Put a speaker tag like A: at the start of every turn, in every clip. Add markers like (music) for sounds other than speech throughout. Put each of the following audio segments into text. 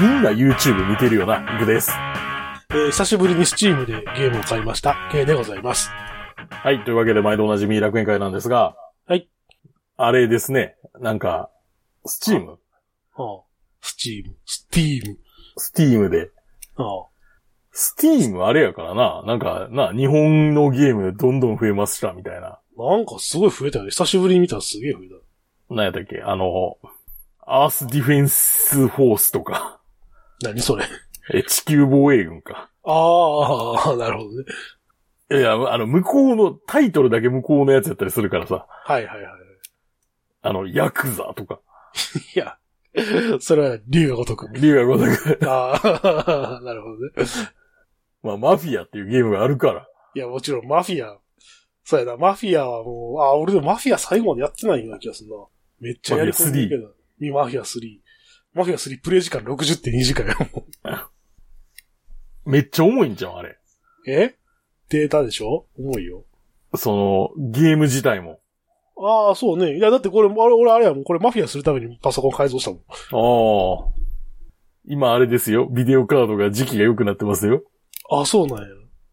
A: みんな YouTube 見てるよな、グです。
B: えー久しぶりに Steam でゲームを買いました。K でございます。
A: はい、というわけで毎度おなじみ楽園会なんですが、
B: はい。
A: あれですね、なんか、Steam、
B: ああ Steam、Steam。
A: Steam で、
B: ああ
A: Steam あれやからな、なんか、な、日本のゲームどんどん増えました、みたいな。
B: なんかすごい増えたよね。久しぶりに見たらすげえ増えた。
A: なんやったっけ、あの、アースディフェンスフォースとか、 (laughs)
B: 何それ。
A: え地球防衛軍か。
B: ああ、なるほどね。
A: いや、あの、向こうの、タイトルだけ向こうのやつやったりするからさ、
B: はいはいはい。
A: あの、ヤクザとか、
B: いや、それは竜が如く。
A: 竜が如く、
B: あ (laughs) あ、なるほどね。
A: まあ、マフィアっていうゲームがあるから、
B: いや、もちろんマフィア。そうやな、マフィアはもう、あ、俺でもマフィア最後までやってないような気がするな。めっちゃやり込んでるけど。みマフィア3。マフィア3プレイ時間60.2時間やもん。
A: めっちゃ重いんじゃん、あれ。
B: えデータでしょ重いよ。
A: その、ゲーム自体も。
B: ああ、そうね。いや、だってこれ、あれ俺あれやもん。これマフィアするためにパソコン改造した
A: あ
B: もん。
A: あ。今あれですよ、ビデオカードが時期が良くなってますよ。
B: ああ、そうなんや。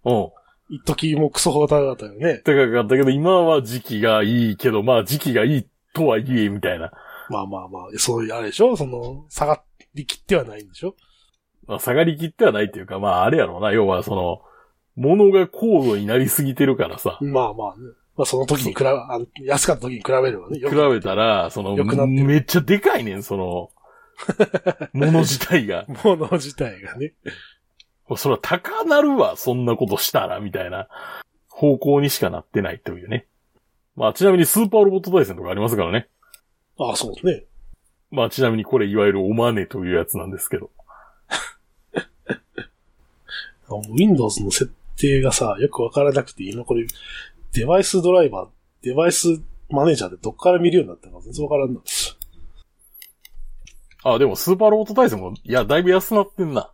A: うん。
B: 一時もクソほど高かったよね。
A: 高かったけど、今は時期がいいけど、まあ時期がいいとはいえ、みたいな。
B: まあまあまあ、そういう、あれでしょその、下がりきってはないんでしょ
A: まあ、下がりきってはないっていうか、まああれやろうな、要はその、物が高度になりすぎてるからさ。
B: まあまあね。まあその時に比べ、あの安かった時に比べればね。よ
A: 比
B: く
A: べたら、その、
B: 良くなってる
A: めっちゃでかいねん、そ
B: (laughs)
A: の、物自体が。
B: もの自体がね。
A: そら高なるわ、そんなことしたら、みたいな方向にしかなってないというね。まあちなみにスーパーロボット対戦とかありますからね。
B: ああ、そうね。
A: まあちなみにこれいわゆるオマネというやつなんですけど。
B: あの Windows の設定がさ、よくわからなくて、今これ、デバイスドライバー、デバイスマネージャーでどっから見るようになったのか全然わからんな。
A: あ、でもスーパーロボット対戦も、いや、だいぶ安なってんな。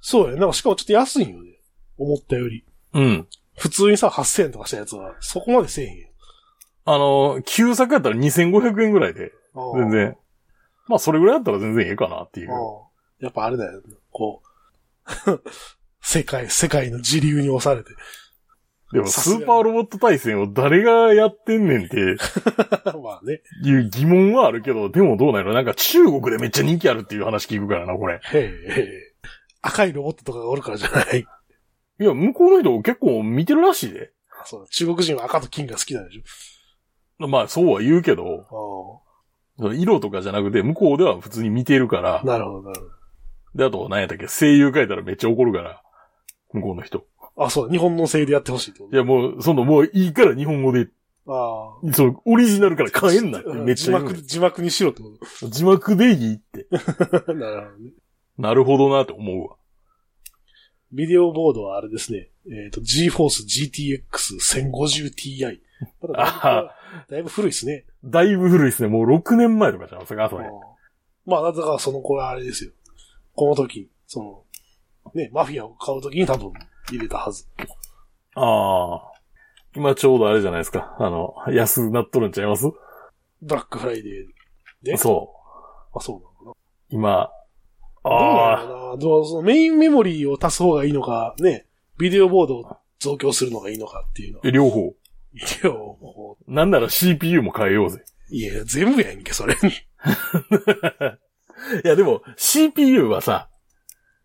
B: そうやね。なんかしかもちょっと安いんよね。思ったより。
A: うん。
B: 普通にさ、8000円とかしたやつは、そこまでせえへんよ。
A: あの、旧作やったら2500円ぐらいで、
B: あー
A: 全。然。まあそれぐらいだったら全然ええかなっていう
B: あ。ーやっぱあれだよ、ね。こう。 (laughs) 世界、世界の時流に押されて。 (laughs)
A: でも
B: さ
A: ス
B: すがに
A: ーパーロボット対戦を誰がやってんねんって
B: まあね。
A: いう疑問はあるけど、でもどうなのなんか中国でめっちゃ人気あるっていう話聞くからな、これ。
B: へえへえ。赤いロボットとかがおるからじゃない。 (laughs)
A: いや、向こうの人結構見てるらしいで。
B: あそう中国人は赤と金が好きなんでし
A: まあ、そうは言うけど、
B: ょ。
A: 色とかじゃなくて、向こうでは普通に見てるから
B: ああ。、なるほど、なるほ
A: で、あと、何やったっけ、声優変えたらめっちゃ怒るから、向こうの人。
B: ど。あ、そう、日本のせいでやってほしいってこ
A: いや、もう、その、もういいから日本語で、
B: と。ああ。
A: その、オリジナルから変えんなって
B: うん
A: めっちゃ
B: 字
A: 言う
B: 幕、字幕にしろってこ
A: 字幕でいいって。
B: と。 (laughs) なるほどね。
A: なるほどなって思うわ。
B: ビデオボードはあれですね。えっ、と、GForce GTX 1050Ti。まだだいぶだいぶ古いですね。
A: だいぶ古いですね。もう6年前とかじゃん、朝が朝ね。
B: まあ、だからその、これはあれですよ。この時、その、ね、マフィアを買う時に多分入れたはず。
A: ああ。今ちょうどあれじゃないですか。あの、安なっとるんちゃいます
B: ブラックフライデー。え
A: そ
B: あ、そうなのかな。
A: う。今、ああ
B: どう。なのかなどうそのメインメモリーを足す方がいいのか、ね、ビデオボードを増強するのがいいのかっていうのは。
A: え両方。
B: いや、もう
A: なんなら CPU も変えようぜ。
B: いや、全部やんけ、それ。 (laughs)
A: いや、でも CPU はさ、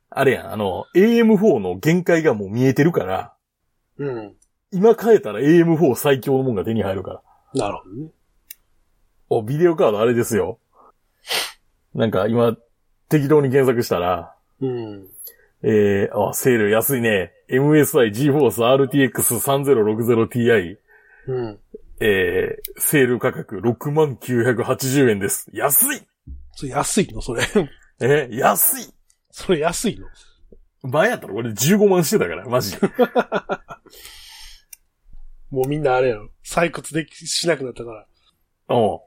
A: あれやん、あの、AM4 の限界がもう見えてるから、
B: うん。
A: 今変えたら AM4 最強のもんが手に入るから。
B: なるほどね。
A: お、ビデオカードあれですよ。なんか今、適当に検索したら、
B: うん。
A: えー、あ、セール安いね。MSI GForce RTX3060Ti、
B: うん。
A: えー、セール価格6980円です。安い
B: それ安いのそれ。 (laughs)
A: えー安い
B: それ安いの
A: 前やったら俺15万してたから、マジで。
B: もうみんなあれやろ。採掘でき、しなくなったから。
A: お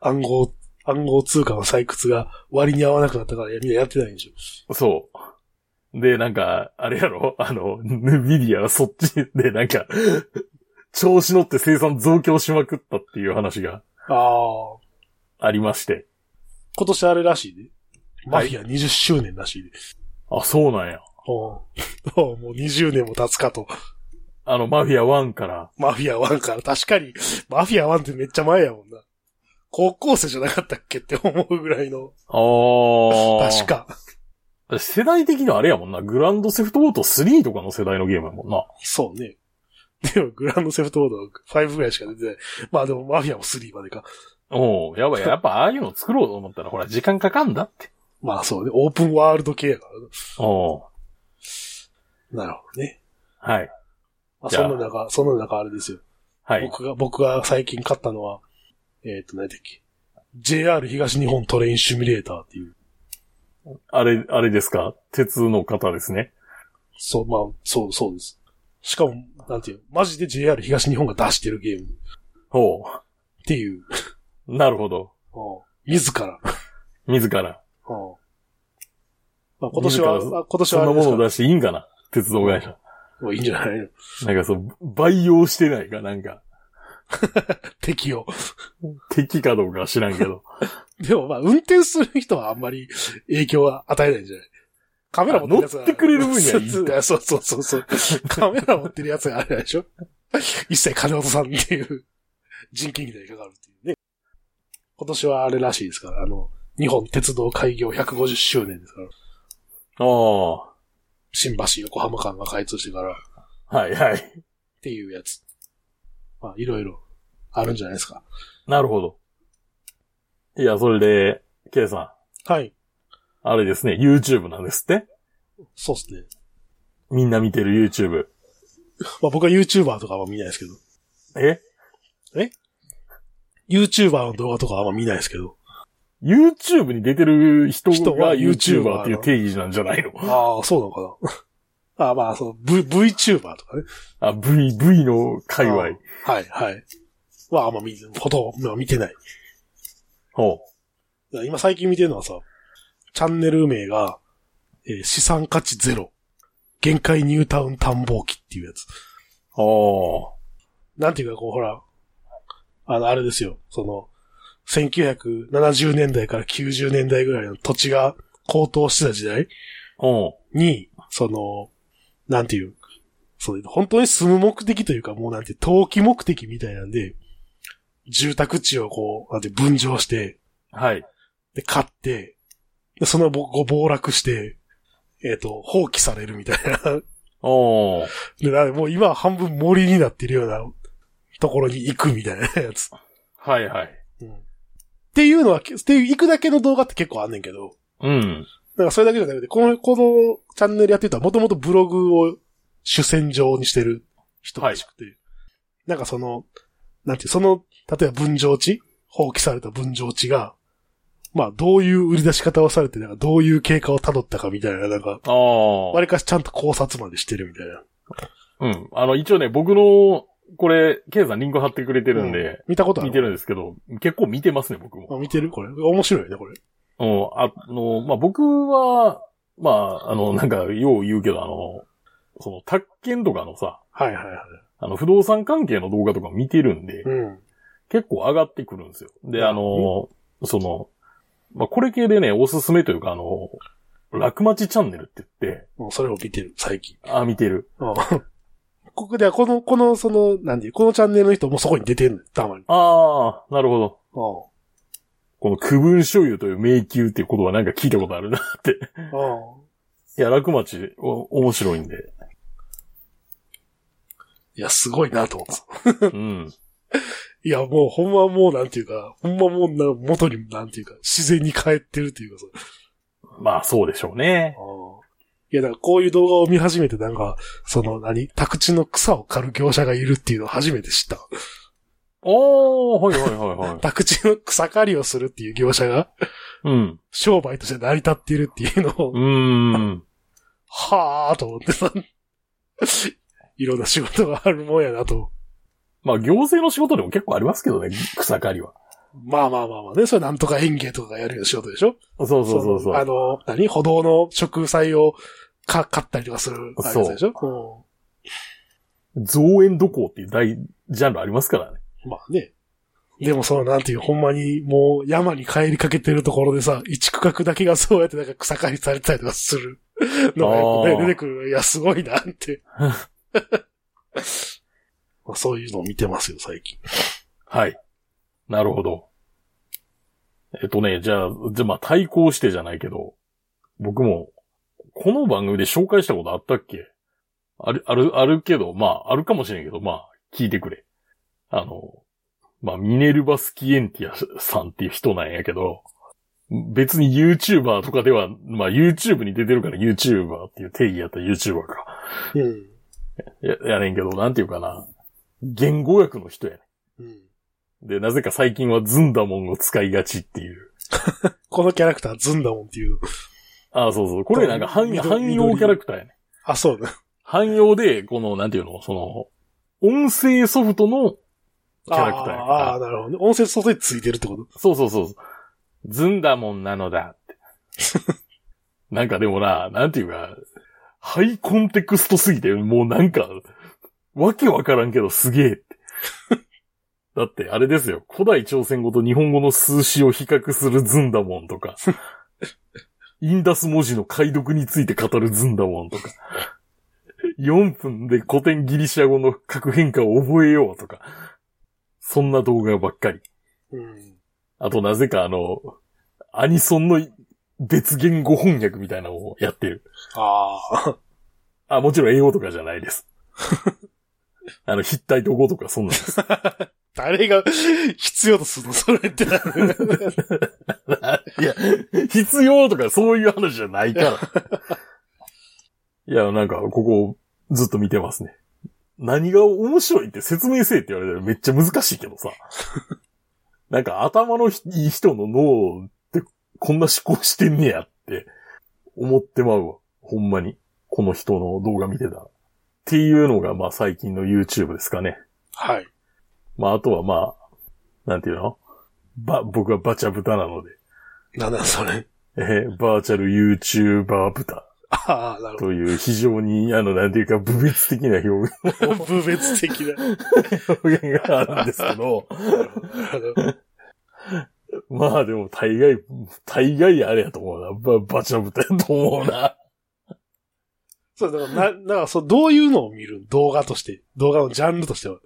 B: 暗号、暗号通貨の採掘が割に合わなくなったから、いやみんなやってないんでしょ。
A: うそう。で、なんか、あれやろ (laughs) あの、ヌビディアはそっちで、なんか、 (laughs) 調子乗って生産増強しまくったっていう話が
B: ああ。
A: ありまして。
B: 今年あれらしいね。マフィア20周年らしいで。
A: あ、そうなんや。
B: うん (laughs) もう20年も経つかと。
A: あの、マフィア1から。
B: マフィア1から。確かに、マフィア1ってめっちゃ前やもんな。高校生じゃなかったっけって思うぐらいの。
A: ああ。
B: 確か。
A: か。世代的にはあれやもんな。グランドセフトオート3とかの世代のゲームやもんな。
B: そうね。でも、グランドセフトオードは5ぐらいしか出てない。まあでも、マフィアも3までか。
A: おうやばい。やっぱああいうの作ろうと思ったら、ほら、時間かかんだって。
B: まあそうね。オープンワールド系やか
A: おう
B: らな。なるほどね。
A: はい。
B: まあ、
A: じゃ
B: そ
A: あ
B: んな中、そんな中あれですよ。
A: はい。
B: 僕が、僕が最近買ったのは、えっ、と、何だっけ。JR 東日本トレインシミュレーターっていう。
A: あれ、あれですか鉄の方ですね。
B: そう、まあ、そう、そうです。しかも、なんていうの、マジで JR 東日本が出してるゲームっ
A: おう
B: ていう、
A: なるほど。
B: うん自ら。
A: 自ら。
B: うんまあ、今年は、
A: 自ら
B: あ今年は
A: そ
B: あ
A: んな
B: れで
A: も
B: す
A: の
B: か
A: を出していいんかな鉄道会社。
B: もういいんじゃないの
A: なんかそう、培養してないか、なんか。
B: 敵を。
A: 敵かどうかは知らんけ
B: (laughs)
A: ど。
B: でもまあ、運転する人はあんまり影響は与えないんじゃないカメラ持ってるやつ
A: あ
B: は
A: 乗ってくれる分にはいいんだ
B: そうそうそうそう。カメラ持ってるやつがあれでしょ一切金本さんっていう人件費でかかるっていうね。今年はあれらしいですから、あの、日本鉄道開業150周年ですから、
A: ああ。は
B: 新橋横浜間が開通してからっ
A: いはい。
B: ていうやつ。まあ、いろいろあるんじゃないですか。
A: なるほど。いや、それで、K さ
B: はい。
A: ん、あれですね、YouTube なんですって
B: そうですね。
A: みんな見てる YouTube。
B: まあ僕は YouTuber とかは見ないですけど、
A: え
B: YouTuber の動画とかはあんま見ないですけど、
A: ?YouTube に出てる人
B: 人
A: が
B: は
A: YouTuber っていう定義なんじゃないの
B: ああ、そうなのかな。 (laughs) ああまあ、その V、VTuber とかね。
A: あ、V、V の界
B: あ
A: 隈。
B: あはい、はい。は、あんま見、ほとんど見てない。
A: ほ
B: 今最近見てるのはさ、チャンネル名が、えー資産価値ゼロ。限界ニュータウン探訪記っていうやつ。
A: う。あ
B: なんていうか、こう、ほら、あの、あれですよ。その、1970年代から90年代ぐらいの土地が高騰してた時代
A: あ。うん。
B: に、その、なんていう、そう、本当に住む目的というか、もうなんて、投機目的みたいなんで、住宅地をこう、なんて、分譲して、
A: はい。
B: で、買って、で、その後、ご暴落して、えっ、と、放棄されるみたいな。 (laughs)
A: おー。
B: で、なんでもう今は半分森になってるようなところに行くみたいなやつ。
A: はいはい。
B: うん。っていうのは、けっていう、行くだけの動画って結構あんねんけど、
A: うん。
B: だからそれだけじゃなくて、この、このチャンネルやってたらもともとブログを主戦場にしてる人らしくて、なんかその、なんていう、その、例えば分譲地放棄された分譲地が、まあどういう売り出し方をされて、なんかどういう経過を辿ったかみたいな、なんか、
A: ああ。
B: わりかしちゃんと考察までしてるみたいな。
A: うん。あの、一応ね、僕の、これ、ケイさんリンク貼ってくれてるんで、
B: 見たことある
A: 見てるんですけど、結構見てますね、僕も。
B: あ見てるこれ。面白いね、これ。
A: うん、あの、まあ、僕は、まあ、あの、なんか、よう言うけど、あの、その、宅建とかのさ、
B: はいはいはい。
A: あの、不動産関係の動画とか見てるんで、
B: うん。
A: 結構上がってくるんですよ。で、
B: うん
A: あの、その、まあ、これ系でね、おすすめというか、あの、楽町チャンネルって言って、
B: もうそれを見てる、最近。
A: あ、見てる。
B: うんここでは、この、この、その、なんで、このチャンネルの人もそこに出てんのよたまに。
A: ああ、なるほど。
B: うん。
A: この区分所有という迷宮っていう言葉なんか聞いたことあるなって。
B: うん。
A: いや、楽町、お、面白いん (laughs) で。
B: いや、すごいなと思ってた。
A: うん。
B: いや、もう、ほんまもう、なんていうか、ほんまもうな、元に、なんていうか、自然に帰ってるっていうかさ。
A: まあ、そうでしょうね。
B: いや、だからこういう動画を見始めて、なんか、その、何、宅地の草を刈る業者がいるっていうのを初めて知った。
A: おー、はいはいはいはい。
B: 宅地の草刈りをするっていう業者が、
A: (laughs) うん。
B: 商売として成り立っているっていうのを、
A: うーん。
B: はぁーと思ってさ、いろんな仕事があるもんやなと。
A: まあ、行政の仕事でも結構ありますけどね、草刈りは。
B: まあまあまあまあね、それなんとか園芸とかがやるような仕事でしょ
A: そうそうそうそ
B: のあ
A: う。
B: の、何歩道の植菜をか、買ったりとかする。あれでしょ
A: 造園土工っていう大ジャンルありますからね。
B: うんまあね。でもその、なんていう、ほんまにもう山に帰りかけてるところでさ、一区画だけがそうやってなんか草刈りされてたりとかするのがよく
A: あ
B: ね
A: ー
B: 出てくる。いや、すごい
A: (laughs)
B: なって。まあ、そういうのを見てますよ、最近。
A: はい。なるほど。えっとね、じゃあ、じゃあまあ対抗してじゃないけど、僕も、この番組で紹介したことあったっけある、ある、あるけど、まあ、あるかもしれんけど、まあ、聞いてくれ。あの、まあ、ミネルバスキエンティアさんっていう人なんやけど、別に YouTuber とかでは、まあ YouTube に出てるから YouTuber っていう定義やったら YouTuber か。
B: うん。
A: や、やねんけど、なんていうかな。言語学の人やね
B: うん、
A: ん。で、なぜか最近はズンダモンを使いがちっていう。
B: このキャラクター、ズンダモンっていう。
A: ああ、そうそう。これなんか汎
B: 緑
A: 汎用キャラクターやねん。
B: あ、そうね。
A: 汎用で、この、なんていうの、その、音声ソフトのキャラクターやねん
B: あーあー、なるほどね。音声ソフトについてるってこと。
A: そうそうそうそう。ずんだもんなのだ (laughs) って。なんかでもな、なんていうか、ハイコンテクストすぎて、もうなんか、わけわからんけどすげえって。 (laughs) だって、あれですよ。古代朝鮮語と日本語の数詞を比較するずんだもんとか、インダス文字の解読について語るずんだもんとか、4分で古典ギリシャ語の核変化を覚えようとか、そんな動画ばっかり。
B: うん。
A: あとなぜかあの、アニソンの別言語翻訳みたいなのをやってる。
B: ああ。
A: あ、もちろん英語とかじゃないです。 (laughs) あの、筆体と語とかそんなんです。
B: 誰が必要とするのそれってなる。
A: (laughs) いや、必要とかそういう話じゃないから。いや、なんか、ここ、ずっと見てますね。何が面白いって説明せえって言われたらめっちゃ難しいけどさ。なんか頭のひいい人の脳ってこんな思考してんねやって思ってまうわ。ほんまに。この人の動画見てたら。っていうのがまあ最近の YouTube ですかね。
B: はい。
A: まああとはまあ、なんていうのば、僕はバチャ豚なので。
B: なんだそれ。
A: えーバーチャル YouTuber 豚
B: ああ、なるほ
A: という非常に、あの、なんていうか、部別的な表
B: ど。部別的な。
A: 現があるんですけど、 (laughs) まあでも大概、大概あれやと思うな。ばバチャ豚やと思うな。
B: そう、だから、な、だからそう、どういうのを見る動画として。動画のジャンルとしては。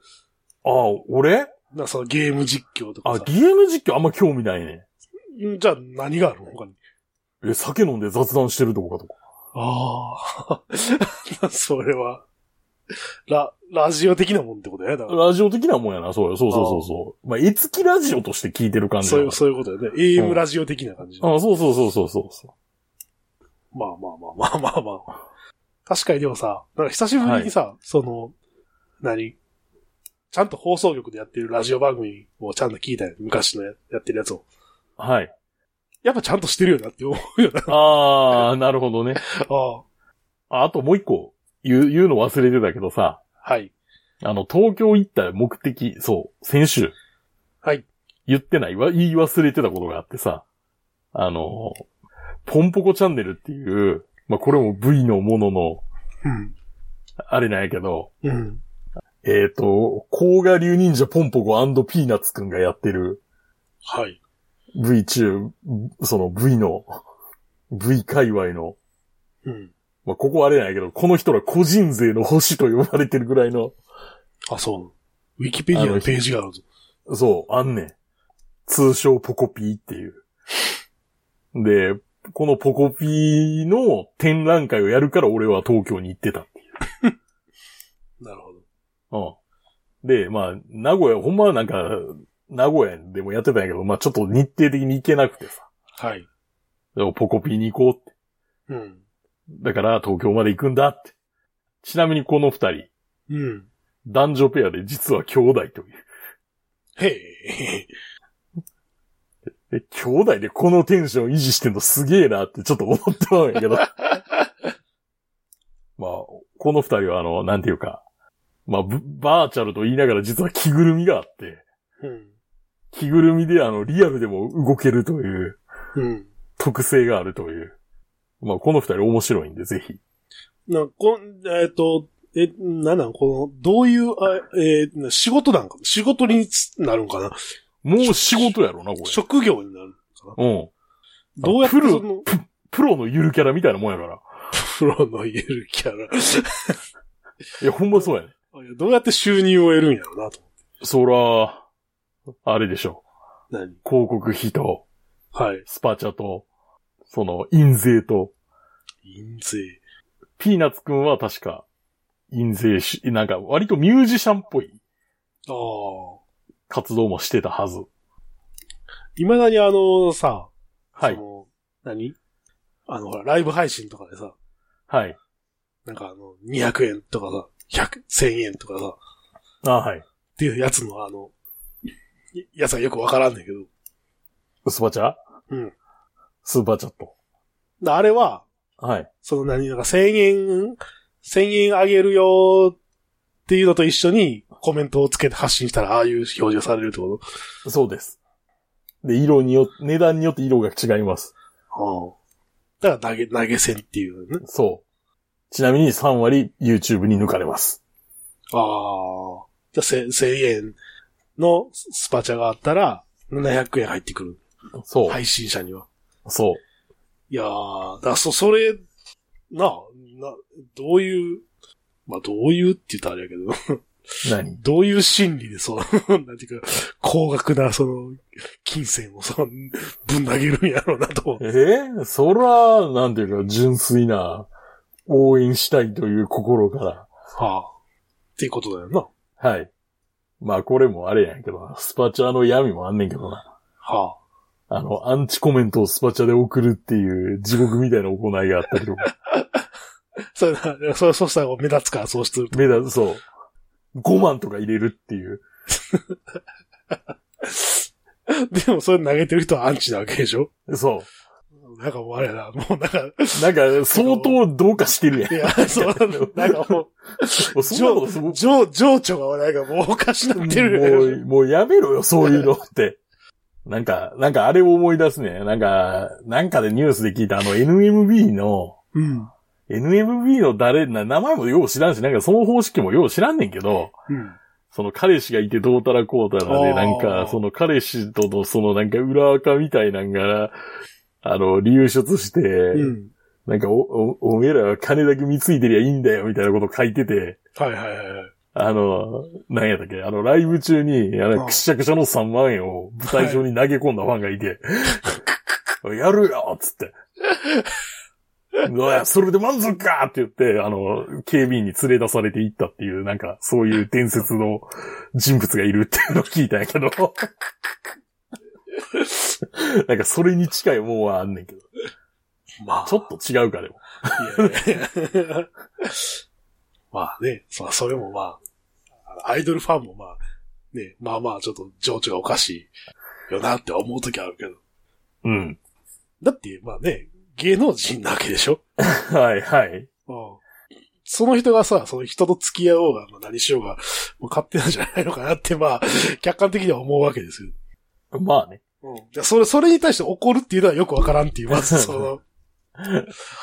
A: あ、俺
B: な、そのゲーム実況とか
A: あ、
B: さ。
A: ゲーム実況あんま興味ないね。
B: んじゃあ何があるの他に。
A: え、酒飲んで雑談してるとこかとか。
B: ああ。 (laughs) それは、ラ、ラジオ的なもんってことやねだから。
A: ラジオ的なもんやな、そうよ。そうそうそうそう。まあ、絵付きラジオとして聞いてる感じだ
B: そう
A: か
B: い
A: ら
B: う、そういうことだよね。AM
A: うん
B: ラジオ的な感じ。
A: あそうそうそうそうそうそ
B: まあまあまあまあまあまあ。確かにでもさ、なんか久しぶりにさ、その、何ちゃんと放送局でやってるラジオ番組をちゃんと聞いたよ。昔のややってるやつを。
A: う。はい。 (laughs)
B: やっぱちゃんとしてるよなって思うよな。
A: ああ、なるほどね。
B: ああ
A: ああともう一個、言う、言うの忘れてたけどさ。
B: はい。
A: あの、東京行った目的、そう、先週。
B: はい。
A: 言ってないわ、言い忘れてたことがあってさ、あの、ポンポコチャンネルっていう、まあ、これも V のものの、
B: うん。
A: あれなんやけど、
B: うん。
A: えっ、と、甲賀流忍者ポンポコピーナッツくんがやってる
B: はい。
A: V 中、その V の、V 界隈の、
B: うん。
A: まあ、ここあれなんやけど、この人ら個人税の星と呼ばれてるぐらいの、
B: あ、そう。ウィキペディアのページがあるぞ。
A: そう、あんねん。通称ポコピーっていう。で、このポコピーの展覧会をやるから俺は東京に行ってた。
B: なるほど。
A: うん。で、まあ、名古屋、ほんまはなんか、名古屋でもやってたんやけど、まあちょっと日程的に行けなくてさ。
B: はい。
A: でもポコピーに行こうって。
B: うん。
A: だから東京まで行くんだって。ちなみにこの二人、
B: うん。
A: 男女ペアで実は兄弟という。
B: へえ。
A: え、兄弟でこのテンション維持してんのすげえなってちょっと思ってまうんやけど。まあ、この二人はあの、なんていうか、まあ、ぶバーチャルと言いながら実は着ぐるみがあって、
B: うん。
A: 着ぐるみであの、リアルでも動けるという
B: うん。
A: 特性があるという。まあ、この二人面白いんで、ぜひ。
B: なんかこん、えっ、と、え、なんなんこの、どういう、あえーな仕事なんか、仕事につなるんかな
A: もう仕事やろな、これ。
B: 職業になるのか
A: う
B: な。
A: ん。
B: どうやって
A: プロ
B: その、
A: プロのゆるキャラみたいなもんやから。
B: プロのゆるキャラ。 (laughs)
A: いや、ほんまそうやね。
B: いやどうやって収入を得るんやろうなと思って。
A: そら、あれでしょ。
B: 何
A: 広告費と、
B: はい。
A: スパチャと、その、印税と、
B: 印税。
A: ピーナッツくんは確か、印税し、なんか割とミュージシャンっぽい
B: ああ。
A: 活動もしてたはず。
B: いまだにあのさ、
A: は
B: そ
A: い。
B: の、何あの、ほら、ライブ配信とかでさ、
A: はい。
B: なんかあの、200円とかさ、100、1000円とかさ、っ
A: あはい。
B: ていうやつのあの、いやつがよくわからんねんけど、
A: スパチャ
B: うん。
A: スーパーチャット。
B: なあれは、
A: はい。
B: その何、なんか1000円、1000円あげるよーっていうのと一緒にコメントをつけて発信したら、ああいう表示がされるってこ
A: そうです。で、色によ、値段によって色が違います。
B: とああ。だから投げ、投げ銭っていうね。
A: そう。ちなみに3割 YouTube に抜かれます。
B: ああ。じゃあ、せ1000円のスパチャがあったら、700円入ってくる。
A: そう。
B: 配信者には。
A: そう。
B: いやー、だからそ、それ、なあ、な、どういう、まあ、どういうって言ったらあれやけど、
A: 何
B: どういう心理で、その、なんていうか、高額な、その、金銭を、その、ぶん投げるんやろうなと思う。
A: えーそら、なんていうか、純粋な、応援したいという心か
B: はあ。っていうことだよな。は
A: ら。はい。まあこれもあれやんけどな、スパチャの闇もあんねんけどな。
B: あ。
A: あの、アンチコメントをスパチャで送るっていう地獄みたいな行いがあったりとか。 (laughs)
B: それな、それ、そうしたら目立つから、そうすると。
A: 目立つ、そう。5万とか入れるっていう。
B: でも、それ投げてる人はアンチなわけでしょ
A: そ
B: なんかもうあれやな、もうなんか、
A: う。なんか、相当どうかして
B: (laughs)
A: るやん。
B: いや、そう、なんかも
A: もうそんなことすご
B: う、情、情緒がなんかもうおかしなってるよね。
A: もう、もうやめろよ、そういうのって。なんか、なんかあれを思い出すね。なんか、なんかでニュースで聞いたあの NMB の、
B: うん。
A: NMB の誰、な名前もよう知らんし、なんかその方式もよう知らんねんけど、
B: うん。
A: その彼氏がいてどうたらこうたら
B: あ
A: で、
B: ー
A: なんか、その彼氏とのそのなんか裏垢みたいなんが、あの、流出して、
B: うん。
A: なんかお、お、おめえらは金だけ貢いでりゃいいんだよ、みたいなこと書いてて、
B: はいはいはいはい。
A: あの、なんやったっけ、あの、ライブ中に、あ
B: うん
A: の、くしゃくしゃの3万円を舞台上に投げ込んだファンがい
B: (laughs)
A: て、やるよっつって。どうや、それで満足かって言って、あの、警備員に連れ出されていったっていう、なんか、そういう伝説の人物がいるっていうのを聞いたんやけ
B: (laughs)
A: ど。なんか、それに近いもんはあんねんけど。
B: まあ、
A: ちょっと違うか、でも。
B: いやいやいやまあね、そそれもまあ、アイドルファンもまあ、ね、まあまあちょっと情緒がおかしいよなって思う時あるけど。
A: うん。
B: だって、まあね、芸能人なわけでしょ
A: はい、はい。
B: その人がさ、その人と付き合おうが、まあ、何しようが、もう勝手なんじゃないのかなって、まあ、客観的には思うわけですよ。
A: まあね。
B: うん。でそれ、それに対して怒るっていうのはよくわからんっていう、まずそ (laughs) の、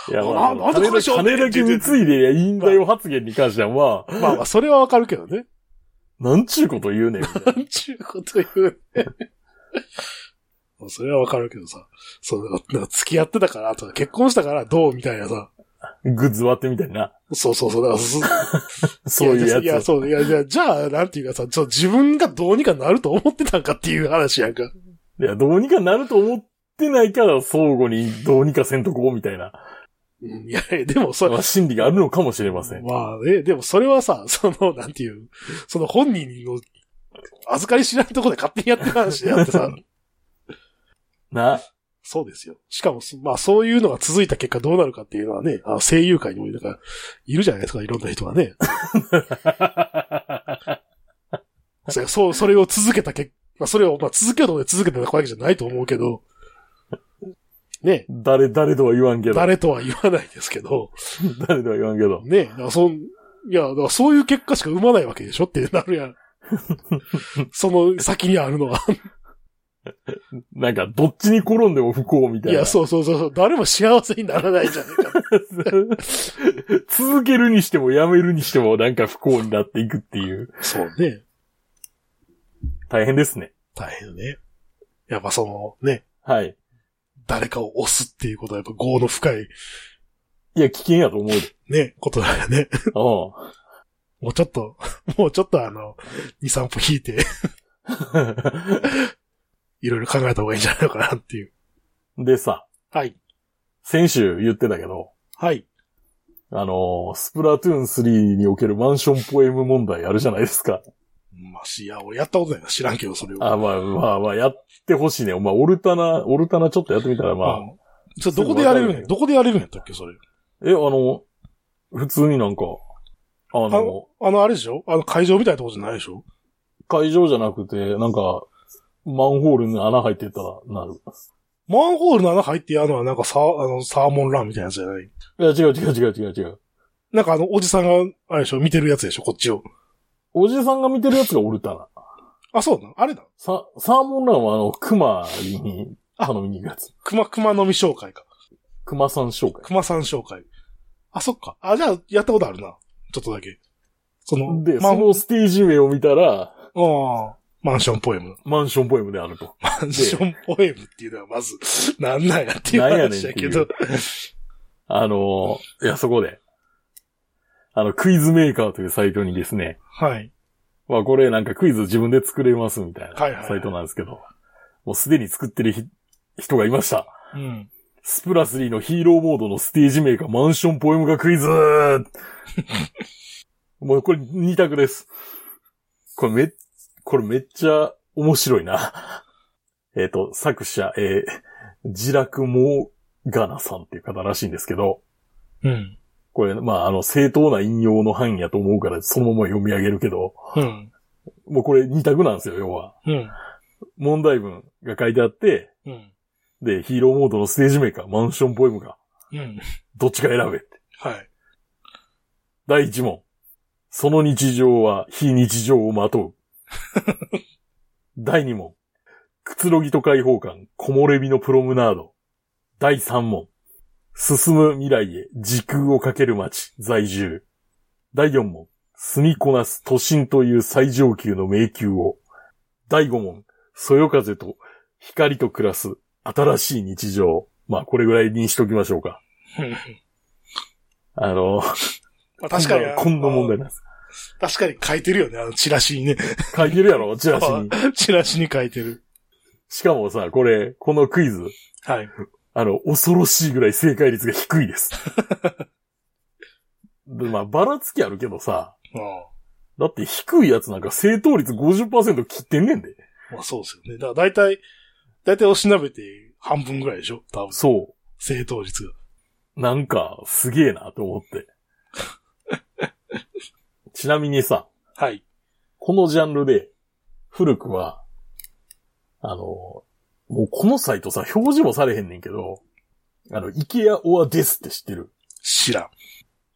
A: いや、
B: ななん
A: 金
B: でこれ
A: だ
B: しようって
A: 金だけ貢いでりゃいいんだよ発言に関しては、まあ、
B: まあまあ、それはわかるけどね。
A: なんちゅうこと言うねん、みたいな。
B: なんちゅうこと言うね。 (laughs) まあそれはわかるけどさ。そう、なんかなんか付き合ってたからとか、結婚したからどうみたいなさ。
A: グッズ割ってみたいな。
B: そうそうそう。だから (laughs) そ
A: そういうやつ。
B: いや、そう、いや、いやじゃあ、なんていうかさ、ちょ自分がどうにかなると思ってたんかっていう話やんか。
A: いや、どうにかなると思ってないから、相互にどうにかせんとこう、みたいな。
B: うんいや、いやでもそれ
A: ま、あ、心理があるのかもしれません。
B: まあね、でもそれはさ、その、なんていう、その本人の預かり知らんとこで勝手にやってる話であってさ、
A: な。
B: そうですよ。しかもそ、まあそういうのが続いた結果どうなるかっていうのはね、あの声優界にもなんかいるじゃないですか、いろんな人がね。そそう、それを続けた結果、それをまあ続けようと思って続けてたわけじゃないと思うけど、ね、
A: 誰、誰とは言わんけど。誰
B: 誰とは言わないですけど、
A: とは言わんけど。
B: ね、だからそんいや、だからそういう結果しか生まないわけでしょってなるやん。その先にあるのは。
A: なんか、どっちに転んでも不幸みたい
B: い
A: な。
B: や、そうそうそうそう、誰も幸せにならないじゃないか。
A: (laughs) 続けるにしてもやめるにしても、なんか不幸になっていくっていう。
B: そうね。
A: 大変ですね。
B: 大変よね。やっぱそのね、
A: はい。
B: 誰かを押すっていうことはやっぱ業の深い
A: いや、危険やと思うで。
B: ね、ことだよね。 (laughs)
A: う
B: もうちょっと、 (laughs) もうちょっとあの、2、3歩引いて、 (laughs) いろいろ考えた方がいいんじゃないのかなっていう。
A: ん。 (laughs) でさ、
B: はい。
A: 先週言ってたけど、
B: はい。
A: あのースプラトゥーン3におけるマンションポエム問題あるじゃないですか。
B: まあ、し、いや、俺やったことないな。知らんけど、それを。
A: あ、まあまあまあ、やってほしいね。まあ、オルタナ、オルタナちょっとやってみたら、まあ、
B: うんそれどこでやれるんや
A: すぐ分かるよ
B: どこでやれるんやったっけ、それ。
A: え、あの、普通になんか、あの、
B: あの、あれでしょあの、会場みたいなとこじゃないでしょ
A: 会場じゃなくて、なんか、マンホールに穴入ってたらなる。
B: マンホールの穴入ってやるのはなんかサー、あの、サーモンランみたいなやつじゃない
A: いや、違う違う違う違う違う。
B: なんかあの、おじさんが、あれでしょ見てるやつでしょこっちを。
A: おじさんが見てるやつがオルタナ。
B: あ、そうなのあれだ。
A: サ、サーモンランはあの、熊に頼みに行くやつ。
B: 熊、熊のみ紹介か。
A: 熊さん紹介。
B: 熊さん紹介。あ、そっか。あ、じゃあ、やったことあるな。ちょっとだけ。その、
A: で、
B: マ
A: そ
B: ンホ
A: のステージ名を見たら、
B: ああ、マンションポエム。
A: マンションポエムであると。
B: マンションポエムっていうのはまず、 (laughs) なんなんやっていう
A: なんやねんっ
B: 話
A: てい
B: だ
A: う
B: けど。
A: あの、いや、そこで、あの、クイズメーカーというサイトにですね、
B: はい。
A: まあこれなんかクイズ自分で作れますみたいな
B: はいはいはい
A: サイトなんですけど、もうすでに作ってるひ人がいました。
B: うん。
A: スプラスリーのヒーローモードのステージ名がマンションポエムがクイズ (laughs) もうこれ2択です。これめ、これめっちゃ面白いな。 (laughs) えっと、作者、えー、ジラクモガナさんっていう方らしいんですけど、
B: うん。
A: これ、まあ、あの、正当な引用の範囲やと思うから、そのまま読み上げるけど、
B: うん。
A: もうこれ2択なんですよ、要は。
B: うん。
A: 問題文が書いてあって、
B: うん。
A: で、ヒーローモードのステージ名か、マンションポエムか、
B: うん。
A: どっちか選べって。
B: はい。
A: 第1問。その日常は非日常をまとう。第2問。くつろぎと解放感、木漏れ日のプロムナード。第3問。進む未来へ時空をかける街、在住。第4問。住みこなす都心という最上級の迷宮を。第5問。そよ風と光と暮らす新しい日常。まあ、これぐらいにしときましょうか。
B: うん
A: あの、
B: まあ確かに。
A: こんな問題なんです。
B: 確かに書いてるよね、あの、チラシにね。 (laughs)
A: 書いてるやろ、チラシに。
B: チラシに書いてる。
A: しかもさ、これ、このクイズ、
B: はい。
A: あの、恐ろしいぐらい正解率が低い
B: (laughs)
A: です。でまあ、ばらつきあるけどさ、
B: う
A: だって低いやつなんか正答率50%切ってんねんで。
B: ん。まあそうですよね。だから大体、大体おしなべて半分ぐらいでしょ多分。
A: そ
B: 正答率が。
A: う。なんか、すげえなと思っ
B: (laughs)
A: て。ちなみにさ、
B: はい。
A: このジャンルで、古くは、あの、もうこのサイトさ、表示もされへんねんけど、あの、IKEA or ですって知ってる。
B: 知らん。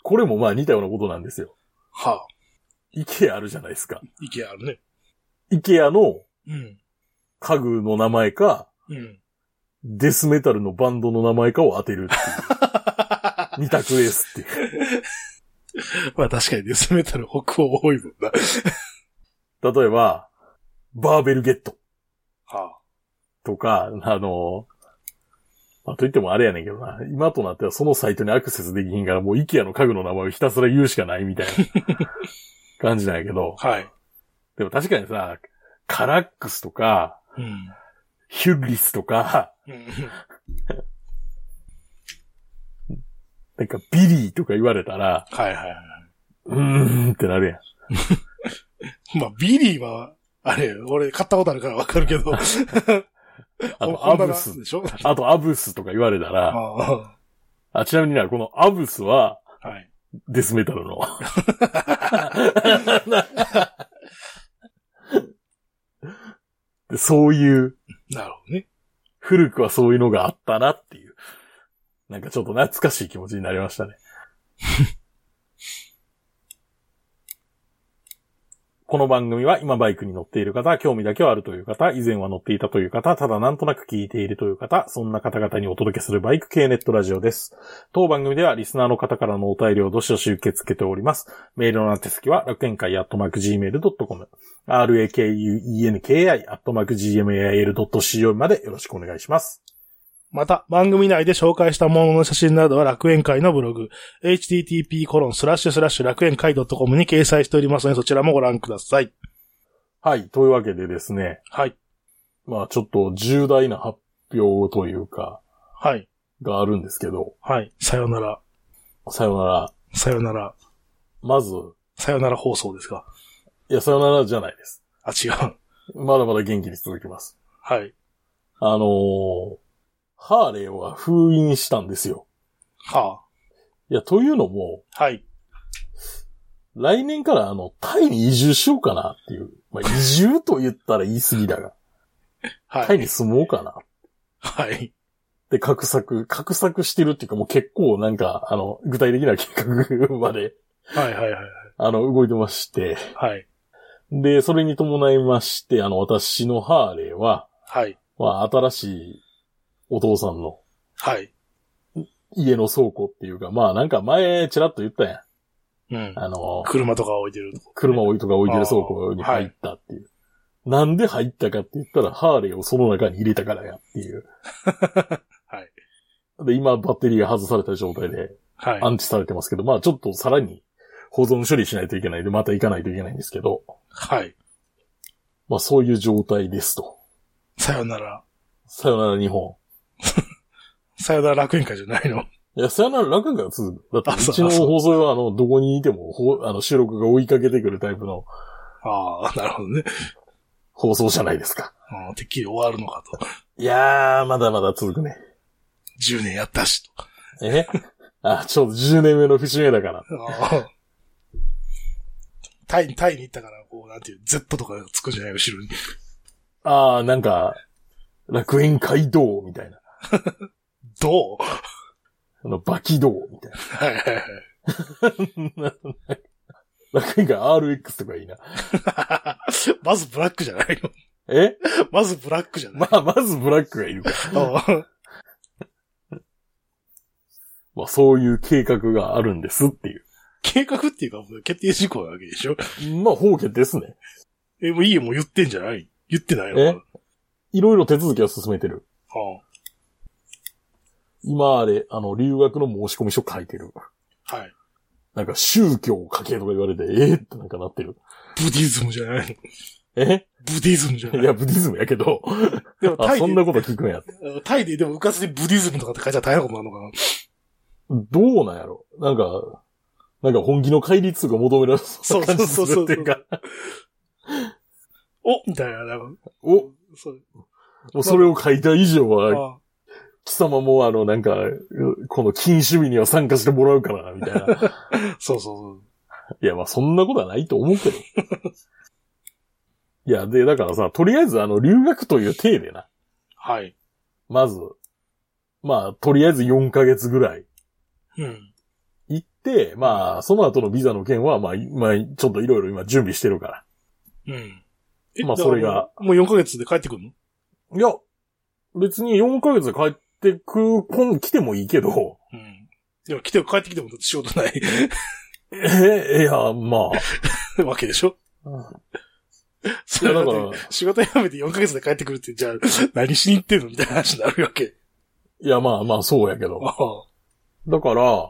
A: これもまあ似たようなことなんですよ。
B: はあ。
A: IKEA あるじゃないですか。
B: 意見あるね。
A: IKEA の
B: うん。
A: 家具の名前か、
B: うん。
A: デスメタルのバンドの名前かを当てるっていう。二択ですっていう。
B: まあ確かにデスメタル北欧多いもんな。
A: 例えば、バーベルゲット
B: は
A: とか、あの、まあ、といってもあれやねんけどな。今となってはそのサイトにアクセスできひんから、もう IKEA の家具の名前をひたすら言うしかないみたいな感じなんやけど。
B: あ。はい。
A: でも確かにさ、カラックスとか、
B: うん。
A: ヒュッリスとか、
B: うん。
A: なんかビリーとか言われたら、
B: はいはいは
A: うーんってなるやん。
B: い。まあビリーは、あれ、俺買ったことあるからわかる (laughs) けど。
A: あと、ア
B: 本棚
A: ブス。
B: でしょ
A: あと、アブスとか言われたら、
B: あ
A: あ、ちなみにな、このアブスは、
B: あ。はい。
A: デスメタルの。でそういう、
B: なるほどね。
A: 古くはそういうのがあったなっていう。なんかちょっと懐かしい気持ちになりましたね。 (laughs) この番組は今バイクに乗っている方、興味だけはあるという方、以前は乗っていたという方、ただなんとなく聞いているという方、そんな方々にお届けするバイク系ネットラジオです。当番組ではリスナーの方からのお便りをどしどし受け付けております。メールの宛先は楽園会アットマーク Gmail.com、rakuenki アットマーク Gmail.co までよろしくお願いします。
B: また、番組内で紹介したものの写真などは楽園会のブログ、http コロンスラッシュスラッシュ楽園会 .com に掲載しておりますので、そちらもご覧ください。
A: はい。というわけでですね、
B: はい。
A: まあちょっと重大な発表というか、
B: はい。
A: があるんですけど、
B: はい。さよなら。
A: さよなら。
B: さよなら。
A: まず、
B: さよなら放送ですか。
A: いや、さよならじゃないです。
B: あ、違う。
A: まだまだ元気に続きます。
B: はい。
A: あのーハーレーは封印したんですよ。
B: はい
A: や、というのも、
B: あ。はい。
A: 来年からあの、タイに移住しようかなっていう。まあ、移住と言ったら言い過ぎだが、
B: は
A: タイ
B: い。
A: に住もうかなっ
B: はい。
A: て画策、画策してるっていうかもう結構なんか、あの、具体的な計画まで、
B: はいはいはい。
A: あの、動いてまして。
B: はい。
A: で、それに伴いまして、あの、私のハーレーは、
B: はい。
A: まあ、新しいお父さんの
B: はい。
A: 家の倉庫っていうか、まあなんか前、ちらっと言ったやん。
B: うん。
A: あの、
B: 車とか置いてるとこ。
A: 車置いとか置いてる倉庫に入ったっていう。なんで入ったかって言ったら、ハーレーをその中に入れたからやっていう。
B: (laughs) はい。
A: で、今バッテリーが外された状態で
B: はい。
A: 安置されてますけど、まあちょっとさらに保存処理しないといけないんで、また行かないといけないんですけど、
B: はい。
A: まあそういう状態ですと。
B: さよなら。
A: さよなら日本。
B: さよなら楽園会じゃない (laughs) の。
A: いや、さよなら楽園が続く。だっ
B: あ
A: て、
B: そう
A: うちの放送は、あの、どこにいても、ほうあの、収録が追いかけてくるタイプの
B: ああ、なるほどね。
A: 放送じゃないですか。
B: うんてっきり終わるのかと。
A: いやー、まだまだ続くね。
B: 10年やったしと。
A: え (laughs) あ、ちょうど10年目の節目だから。
B: あ (laughs) あタイ、タイに行ったから、こう、なんていう、Z とかつくんじゃない後ろに。
A: あー、なんか、楽園街道みたいな。
B: どう
A: あの、バキ道みたい
B: はいはいはい。
A: な。楽園街 RX とかいいな。
B: まずブラックじゃないの。
A: え (laughs)
B: まずブラックじゃない。
A: まあ、まずブラックがいるから。
B: あ
A: まあ、そういう計画があるんですっていう。
B: 計画っていうか、もう決定事項なわけでしょ。
A: まあ、方家ですね。
B: え、もういいよ、もう言ってんじゃない言ってないの
A: えいろいろ手続きは進めてる。
B: あ
A: 今あれ、あの、留学の申し込み書書いてる。
B: あはい。
A: なんか、宗教を書けとか言われて、えー、ってなんかなってる。
B: ブディズムじゃないの。
A: え
B: ブディズムじゃないい。
A: や、ブディズムやけど、
B: でもタ
A: あ、
B: イ
A: そ
B: で
A: んなこと聞くんやって。
B: タイででも浮かずにブディズムとかって書いたら大変なことになるのかな。
A: どうなんやろなんか、なんか本気の戒律が求められそ
B: そうう
A: な感じす
B: そうそうそ
A: る
B: う
A: っていうか。
B: おみたいな、なんか、
A: お、も
B: そう。
A: うそれを書いた以上は、
B: ああ
A: 貴様もあの、なんか、うこの禁酒日には参加してもらうからな、みたいな。
B: そうそうそう。
A: いや、まあそんなことはないと思うけど。いや、で、だからさ、とりあえずあの、留学という体でな。
B: はい。
A: まず、まあ、とりあえず4ヶ月ぐらい
B: うん。
A: 行って、まあ、その後のビザの件は、まあ、まあ、ちょっといろいろ今準備してるから。
B: うん。
A: まあそれが。
B: もう4ヶ月で帰ってくるの
A: いや、別に4ヶ月で帰ってく、こん、来てもいいけど、
B: うん。でも来て、帰ってきてもだって仕事ない
A: え、いや、ま
B: わけでしょ
A: あ。
B: それだ
A: いやだか
B: から (laughs) 仕事辞めて4ヶ月で帰ってくるって、じゃあ、何しに行ってんのみたいな話になるわけ。
A: いや、まあまあ、そうやけど。
B: あ
A: だから、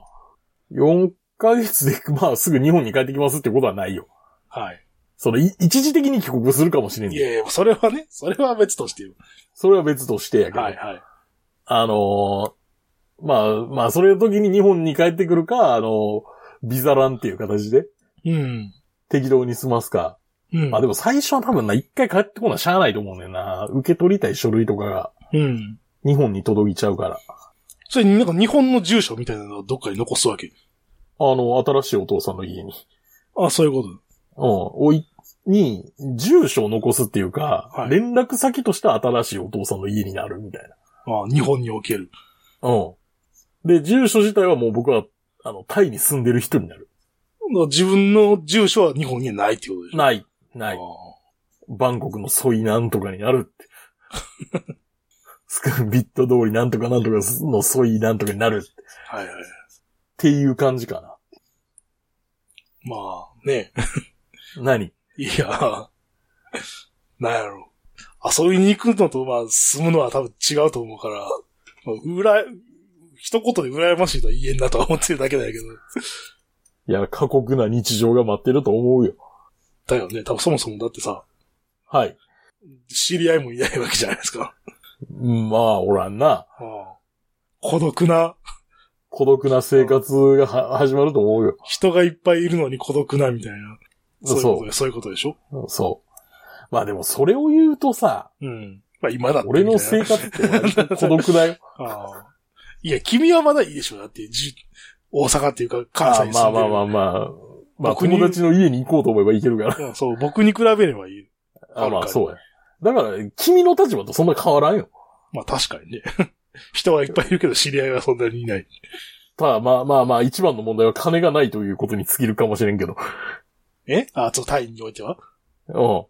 A: 4ヶ月で、まあ、すぐ日本に帰ってきますってことはないよ。
B: あはい。
A: その、い一時的に帰国するかもしれん
B: い
A: ねん。
B: やいや、それはね、それは別としてよ。
A: それは別としてやけど。
B: はいはい。
A: あのーまあ、まあ、それの時に日本に帰ってくるか、あのービザランっていう形で、
B: うん。
A: 適当に済ますか。
B: うん
A: まあでも最初は多分な、一回帰ってこなしゃあないと思うねんな。受け取りたい書類とかが。
B: うん。
A: 日本に届いちゃうから。
B: それになんか日本の住所みたいなのをどっかに残すわけ。
A: あの、新しいお父さんの家に。
B: あ、そういうこと。
A: うん。おい、に、住所を残すっていうか、
B: はい
A: 連絡先として新しいお父さんの家になるみたい
B: ああ日本における。
A: な。うん。で、住所自体はもう僕は、あの、タイに住んでる人になる。
B: 自分の住所は日本にはないってことでしょ
A: ない。ない
B: あ。
A: バンコクのソイなんとかにあるって。 (laughs) スカビット通りなんとかなんとかのソイなんとかになるっ
B: ーはいはい。
A: ていう感じかな。
B: まあ、ね。
A: 何
B: いや、なんやろ。遊びに行くのと、まあ、住むのは多分違うと思うから、まあ、うら、一言で羨ましいとは言えんなとは思ってるだけだけど。
A: いや、過酷な日常が待ってると思うよ。
B: だよね。多分そもそもだってさ、
A: はい。
B: 知り合いもいないわけじゃないですか。
A: まあ、おらんな。
B: 孤独な、
A: 孤独な生活がは始まると思うよ。
B: 人がいっぱいいるのに孤独なみたいな。そういうこと
A: そ
B: でそういうことでしょ
A: う。そう。まあでもそれを言うとさ、
B: うん。まあ今だってみた
A: 俺
B: いな。
A: の生活って割と孤独だよ。
B: ああいや、君はまだいいでしょ。だって、じ大阪っていうか関西に
A: ま
B: 住
A: あ
B: んで
A: ま
B: る
A: あまあまあ。まあ
B: 僕に
A: 友達の家に行こうと思えば行けるから。
B: うんそう、僕に比べればいい。
A: あま
B: あるか
A: あ
B: ら
A: そうや。だから、君の立場とそんな変わらんよ。
B: まあ確かにね。 (laughs) 人はいっぱいいるけど知り合いはそんなにいない。
A: ただまあまあまあ、一番の問題は金がないということに尽きるかもしれんけど。
B: えあ、そう、タイにおいては
A: う
B: でも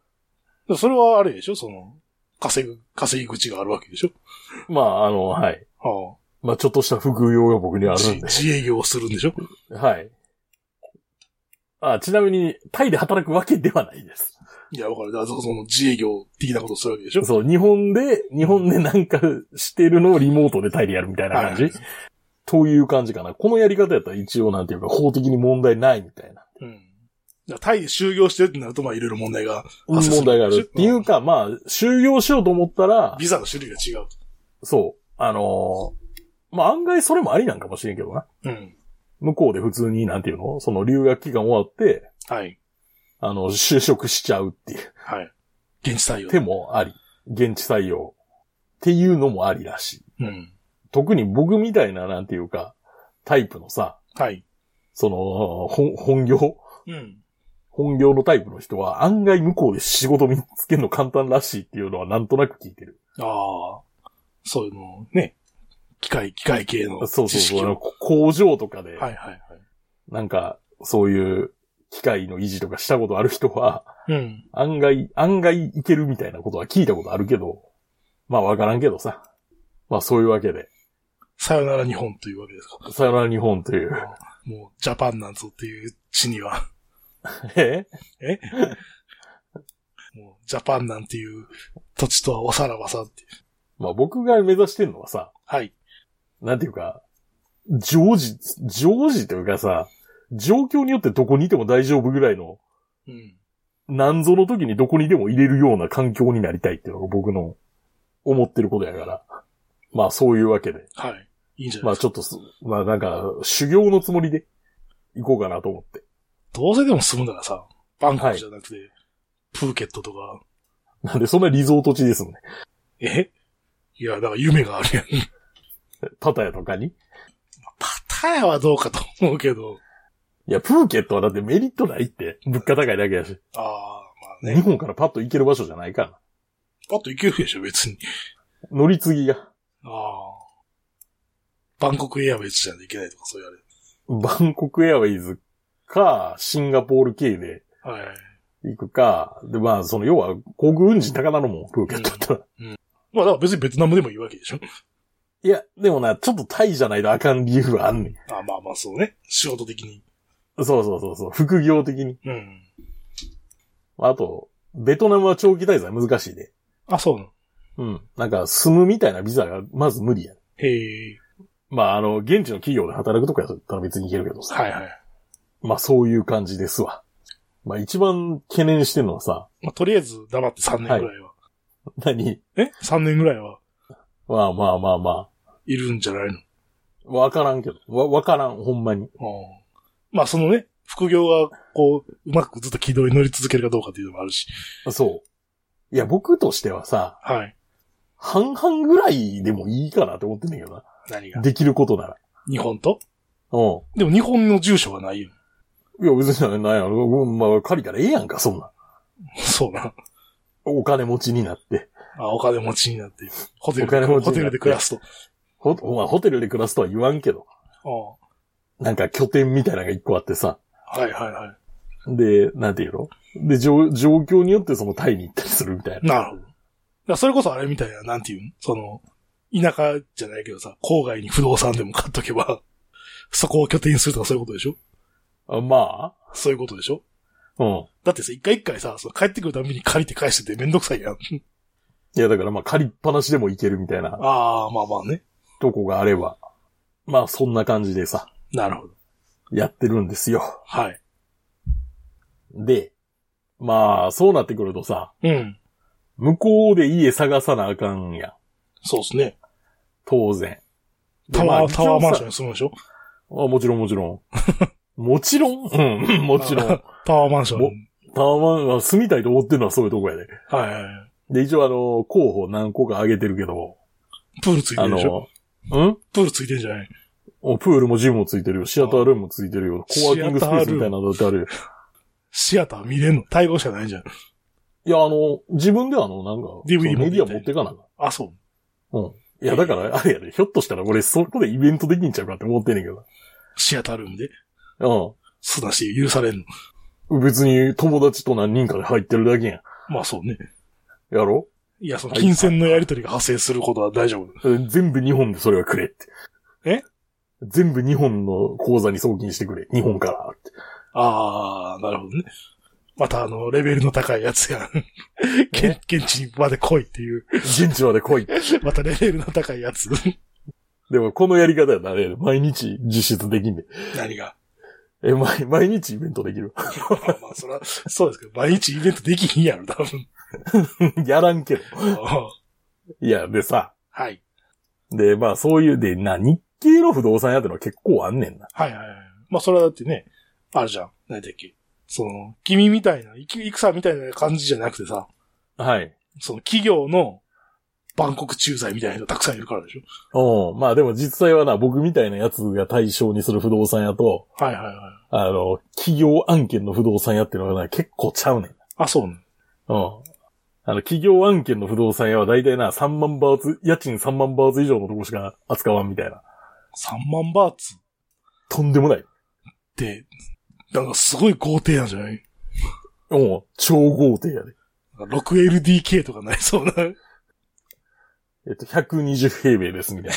B: それはあれでしょその、稼ぐ、稼ぎ口があるわけでしょ
A: ん。まあ、あの、はい。
B: あ
A: まあ、ちょっとした副業が僕には
B: あ
A: あるん
B: 自
A: で。
B: 自営業をするんでしょ
A: はい。あ、ちなみに、タイで働くわけではないです。
B: いや、わかる。だからそその自営業的なことをするわけでしょ
A: そう、日本で、日本でなんかしてるのをリモートでタイでやるみたいな感
B: は
A: じ
B: い
A: という感じかな。このやり方やったら一応なんていうか法的に問題ないみたいな。
B: うん。だからタイで就業してるってなると、まあいろいろ問題が発生す
A: 問
B: る
A: 題がある。っていうか、まあ、就業しようと思ったら、
B: ビザの種類が違う。
A: そう。あのーまあ、案外それもありなんかもしれんけどな。
B: うん。
A: 向こうで普通に、なんていうのその留学期間終わって、
B: はい。
A: あの、就職しちゃうっていう
B: はい。現地採用。
A: 手もあり。現地採用。っていうのもありらしい。
B: うん。
A: 特に僕みたいな、なんていうか、タイプのさ、
B: はい。
A: その、本、本業
B: うん。
A: 本業のタイプの人は案外向こうで仕事見つけるの簡単らしいっていうのはなんとなく聞いてる。
B: ああ。そういうの、ね。機械、機械系の
A: そうそ
B: 知
A: う
B: 識
A: そう。あの
B: を。
A: 工場とかで、
B: はいはい
A: なんか、そういう機械の維持とかしたことある人は、 (laughs)
B: はい。うん。
A: 案外、案外いけるみたいなことは聞いたことあるけど、まあわからんけどさ。まあそういうわけで、
B: さよなら日本というわけですか。
A: さよなら日本という。
B: もう、ジャパンなんぞっていう地には、
A: え
B: もう、ジャパンなんていう土地とはおさらばさっていう。
A: まあ僕が目指してんのはさ、
B: はい。
A: なんていうか、常時、常時というかさ、状況によってどこにいても大丈夫ぐらいの、
B: うん。
A: なんぞの時にどこにでも入れるような環境になりたいっていうのが僕の思ってることやから。まあそういうわけで。
B: はい。いいんじゃな
A: ま
B: いで
A: あち
B: すか。
A: ょっとす、まあなんか修行のつもりで行こうかなと思って。
B: どうせでも住むならさ、バンコクじゃなくて、プーケットとか、
A: なんでそんなリゾート地ですもんね。
B: えいや、だから夢があるやん。
A: パタヤとかに。
B: パタヤはどうかと思うけど、
A: いや、プーケットはだってメリットないって。物価高いだけだし。
B: ああ、まあ
A: 日
B: ね。
A: 本からパッと行ける場所じゃないから。
B: パッと行けるでしょ、別に。
A: 乗り継ぎが。
B: ああ。バンコクエアウェイズじゃいけないとか、そういう
A: バンコクエアウェイズか、シンガポール経由で
B: あれ。はい。
A: 行くか。で、まあ、その、要は、航空運賃高なのもん、プーケットだったら。
B: まあ、だから別にベトナムでもいいわけでしょ。
A: いや、でもな、ちょっとタイじゃないとあかん理由はあんねん。
B: (laughs) ああまあまあ、そうね。仕事的に。
A: そうそうそうそう。副業的に。
B: うん。
A: あと、ベトナムは長期滞在難しいで。
B: あ、そうなの。
A: うん。なんか、住むみたいなビザが、まず無理やね
B: へえ。
A: まあ、あの、現地の企業で働くとかやったら別に行けるけどさ。
B: はいはい。
A: まあそういう感じですわ。まあ一番懸念してるのはさ、 (laughs)
B: まあ、とりあえず黙って3年ぐらいは。
A: 何
B: え ?3 年ぐらいは
A: まあまあまあま
B: いるんじゃないの
A: あ。わからんけど。わ、わからん、ほんまに。
B: ああまあ、そのね、副業が、こう、うまくずっと軌道に乗り続けるかどうかっていうのもあるし。
A: そう。いや、僕としてはさ、
B: はい。
A: 半々ぐらいでもいいかなって思ってんだけど
B: 何
A: な。
B: が
A: できることなら。
B: 日本と
A: う
B: でも日本の住所はないよ。 (laughs)
A: ん。いや、別になんやろ。うんまあ、借りたらええやんか、そんな。
B: そうな。
A: お金持ちになって。
B: あ、お金持ちになって。ホテル
A: お金持ちになっ
B: ホ
A: て
B: テルで暮らすと。
A: ほ、まあ、ホテルで暮らすとは言わんけど。
B: あ
A: なんか拠点みたいなのが一個あってさ。
B: あはいはいはい。
A: で、なんていうので、状状況によってそのタイに行ったりするみたいな。
B: なるほど。だからそれこそあれみたいな、なんていうんその、田舎じゃないけどさ、郊外に不動産でも買っとけば、 (laughs) そこを拠点にするとかそういうことでしょ
A: あま
B: そういうことでしょ
A: あ、うん。
B: だってさ、一回一回さ、その帰ってくるたびに借りて返しててめんどくさいやん。
A: いや、だからまあ借りっぱなしでも行けるみたいな
B: ああ、まあまあね。
A: とこがあれば、まあそんな感じでさ、
B: なるほど。
A: やってるんですよ。
B: はい。
A: で、まあそうなってくるとさ、
B: うん。
A: 向こうで家探さなあかんやん。
B: そうですね。
A: 当然。で
B: タ
A: まあ
B: ワー、タワーマンショ
A: 一応
B: ンに住むんでしょ
A: さあ、もちろんもち
B: (laughs)
A: ろん。もちろんうん、もちろん。。
B: タワーマンションに。
A: タワマンは住みたいと思ってるのはそういうとこやで。
B: はいはいはい。
A: で、一応あの、候補何個か挙げてるけど、
B: プールついて
A: あ
B: るでしょ
A: の、うん
B: プールついてんじゃない
A: おプールもジムもついてるよ。シアタールームもついてるよ。コワーキングスペースみたいなのだってあるよ。
B: シアター見れんの対応者ないじゃん。
A: いや、あの、自分であの、なんか、
B: DVD
A: そのメディア持ってかなあかん。
B: あ、そう。
A: いや、だから、あれやで、ひょっとしたら俺、そこでイベントできんちゃうかって思ってんねんけ
B: シアタールームで。
A: ど。
B: すなし許されんの。
A: うん。別に友達と何人かで入ってるだけやん。
B: まあそうね。
A: やろ
B: いや、その金銭のやり取りが発生することは大丈夫。
A: え全部日本でそれはくれって。
B: え
A: 全部日本の口座に送金してくれ。日本からって。
B: ああ、なるほどね。またあの、レベルの高いやつやん。現現地まで来いっていう。
A: 現地まで来いって。 (laughs)
B: またレベルの高いやつ。
A: でも、このやり方やったらあれやで、毎日実質できんで。
B: 何が。
A: え、毎、毎日イベントできる。 (laughs)
B: まあまあ、そら、そうですけど、毎日イベントできひんやろ、多分。
A: やらんけど。
B: あ
A: いや、でさ、
B: あはい。
A: で、まあ、そういう、で、な、日系の不動産屋ってのは結構あんねんな。
B: はいはいはい。まあそれはだってね、あるじゃん。何だっけ。その、君みたいな、いき戦みたいな感じじゃなくてさ、
A: はい。
B: その企業の、バンコク駐在みたいな人たくさんいるからでしょ。
A: うん。まあでも実際はな、僕みたいなやつが対象にする不動産屋と、
B: はいはいはい。
A: あの、企業案件の不動産屋っていうのがな、結構ちゃうねん。うん。
B: あ、そうね。
A: あの、企業案件の不動産屋は大体な、3万バーツ、家賃3万バーツ以上のとこしか扱わんみたいな。
B: 3万バーツっ
A: とんでもない。
B: て、なんかすごい豪邸なんじゃない
A: うん。超豪邸やで。
B: なんか 6LDK とかなりそうな。 (laughs)
A: えっと、120平米です、みたい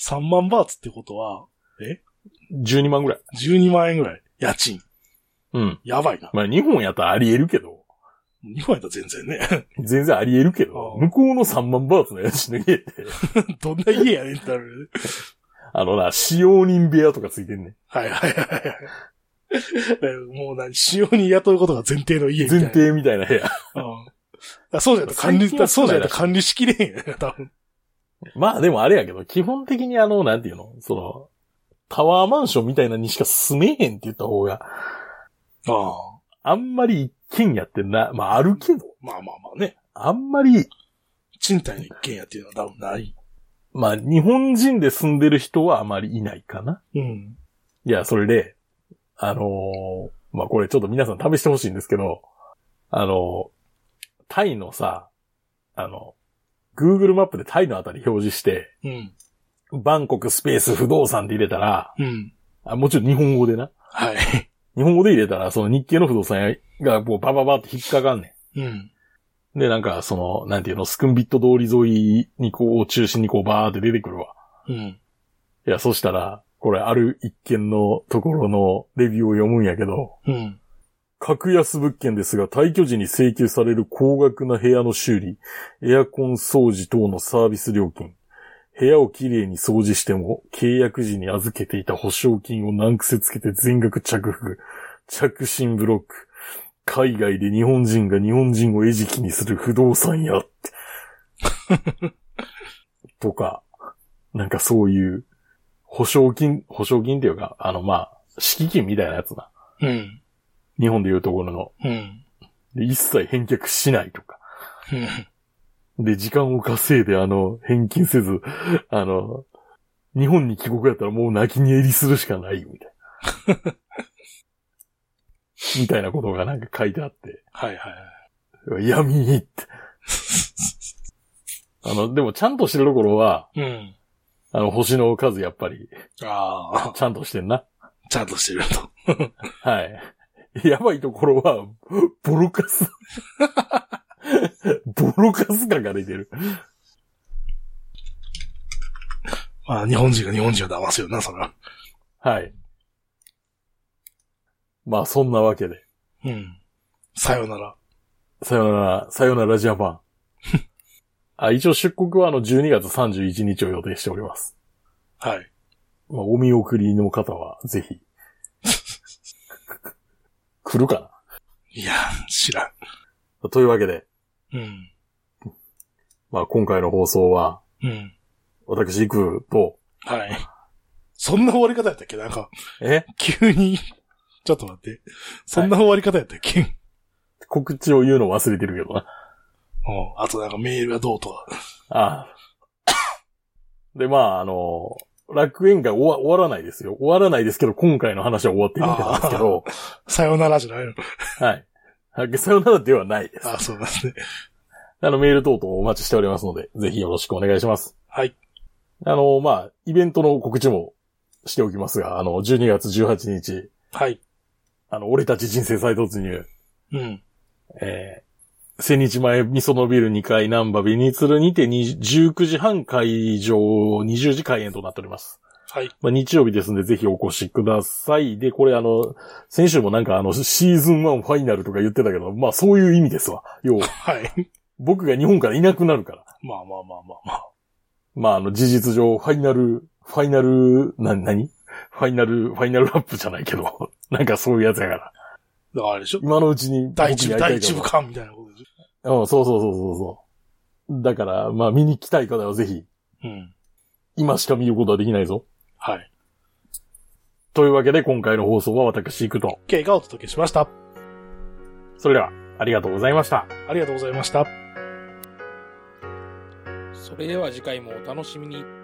B: 3万バーツってことは、
A: な。12万ぐらい。
B: 12万円ぐらい。家賃。
A: うん。
B: やばいな。
A: まあ日本やったらあり得るけど、
B: 日本やったら全然ね。 (laughs)
A: 全然あり得るけど、
B: う
A: 向
B: ん
A: こうの3万バーツの家賃の家って、 (laughs)
B: どんな家やねんってなるよね。
A: あのな、使用人部屋とかついてんねん。
B: はいはいはいはい。だからもう何、使用に雇うことが前提の家みたい
A: 前
B: な。
A: 提みたいな部屋。 (laughs)
B: うんだからそうじゃないと管理、
A: 最近は
B: そうじゃ
A: そうだ
B: ない
A: よ
B: と管理しきれへんよ (laughs) ね、多分。
A: まあでもあれやけど、基本的にあの、なんていうのその、タワーマンションみたいなにしか住めへんって言った方が、
B: ああ。
A: あんまり一軒家ってな、まああるけど、
B: まあまあまあね。
A: あんまり、
B: 賃貸の一軒家っていうのは多分ない。
A: まあ日本人で住んでる人はあまりいないかな。
B: うん。
A: いや、それで、あのーまあこれちょっと皆さん試してほしいんですけど、あのータイのさ、あの、Google マップでタイのあたり表示して、
B: うん。
A: バンコクスペース不動産って入れたら、
B: うん。
A: あもちろん日本語でな。
B: はい。
A: 日本語で入れたら、その日系の不動産屋がもうバババって引っかかんね
B: うん。
A: ん。で、なんか、その、なんていうの、スクンビット通り沿いにこう、中心にこう、バーって出てくるわ。
B: うん。
A: いや、そしたら、これ、ある一軒のところのレビューを読むんやけど、
B: うん。
A: 格安物件ですが、退去時に請求される高額な部屋の修理、エアコン掃除等のサービス料金、部屋をきれいに掃除しても、契約時に預けていた保証金を難癖つけて全額着服、着信ブロック、海外で日本人が日本人を餌食にする不動産屋って。
B: (laughs)
A: とか、なんかそういう、保証金、保証金っていうか、あのまあ、敷金みたいなやつな。
B: うん。
A: 日本でいうところの、
B: うん。
A: で、一切返却しないとか。
B: うん。
A: で、時間を稼いで、あの、返金せず、あの、日本に帰国やったらもう泣き寝入りするしかないよ、みたい
B: (laughs)
A: な。みたいなことがなんか書いてあって、
B: はいはいはい。
A: 闇にって。あの、でもちゃんとしてるところは、
B: うん。
A: あの、星の数やっぱり、
B: ああ。
A: ちゃんとしてんな。
B: ちゃんとしてるなと。
A: はい。やばいところは、ボロカス。 (laughs) ボロカス感が出てる。
B: まあ、日本人が日本人を騙すよな、そら。
A: はい。まあ、そんなわけで。
B: うん。さよなら。
A: さよなら、さよならジャパン。 (laughs) あ、一応出国はあの12月31日を予定しております。
B: はい。
A: まあ、お見送りの方は、ぜひ。 (laughs) 来るか
B: いや、知ら
A: なというわけで、
B: ん。うん。
A: まあ、今回の放送は、
B: うん。
A: 私行くと、
B: はい。そんな終わり方やったっけなんか、
A: え
B: 急に、 (laughs) ちょっと待って。そんな終わり方やったっけ、
A: 告知を言うの忘れてるけどな。
B: うん。あとなんかメールがどうとは。
A: ああ。で、まあ、あの、楽園会終わ終わらないですよ。終わらないですけど、今回の話は終わっているわけなんですけど、
B: さよならじゃないの。
A: はい。あさよならではないです。
B: あ、そうなんですね。
A: あの、メール等々お待ちしておりますので、ぜひよろしくお願いします。
B: はい。
A: あの、まあ、イベントの告知もしておきますが、あの、12月18日、
B: はい。
A: あの、俺たち人生再突入、
B: うん。
A: えー、千日前味噌のビル2階ナンバベニツルにて20 19時半会場、20時開演となっております。
B: はい。
A: まあ、日曜日ですんで、ぜひお越しください。で、これあの、先週もなんかあの、シーズン1ファイナルとか言ってたけど、まあ、そういう意味ですわ。要は、 (laughs)
B: はい。
A: 僕が日本からいなくなるから。
B: まあまあまあまあまあ。
A: まあ、あの、事実上、ファイナル、ファイナル、な、なにファイナル、ファイナルラップじゃないけど、 (laughs) なんかそういうやつやから。
B: だからあれでしょ
A: 今のうちに。
B: 第一部、
A: 僕に会
B: 第
A: いたい
B: 一
A: 方
B: 部感みたいなことでし
A: うん、そうそうそうそうそう。だから、まあ、見に来たい方はぜひ、
B: ょうん。
A: 今しか見ることはできないぞ。
B: はい。
A: というわけで、今回の放送は私行くと。
B: 経過をお届けしました。
A: それでは、ありがとうございました。
B: ありがとうございました。
C: それでは次回もお楽しみに。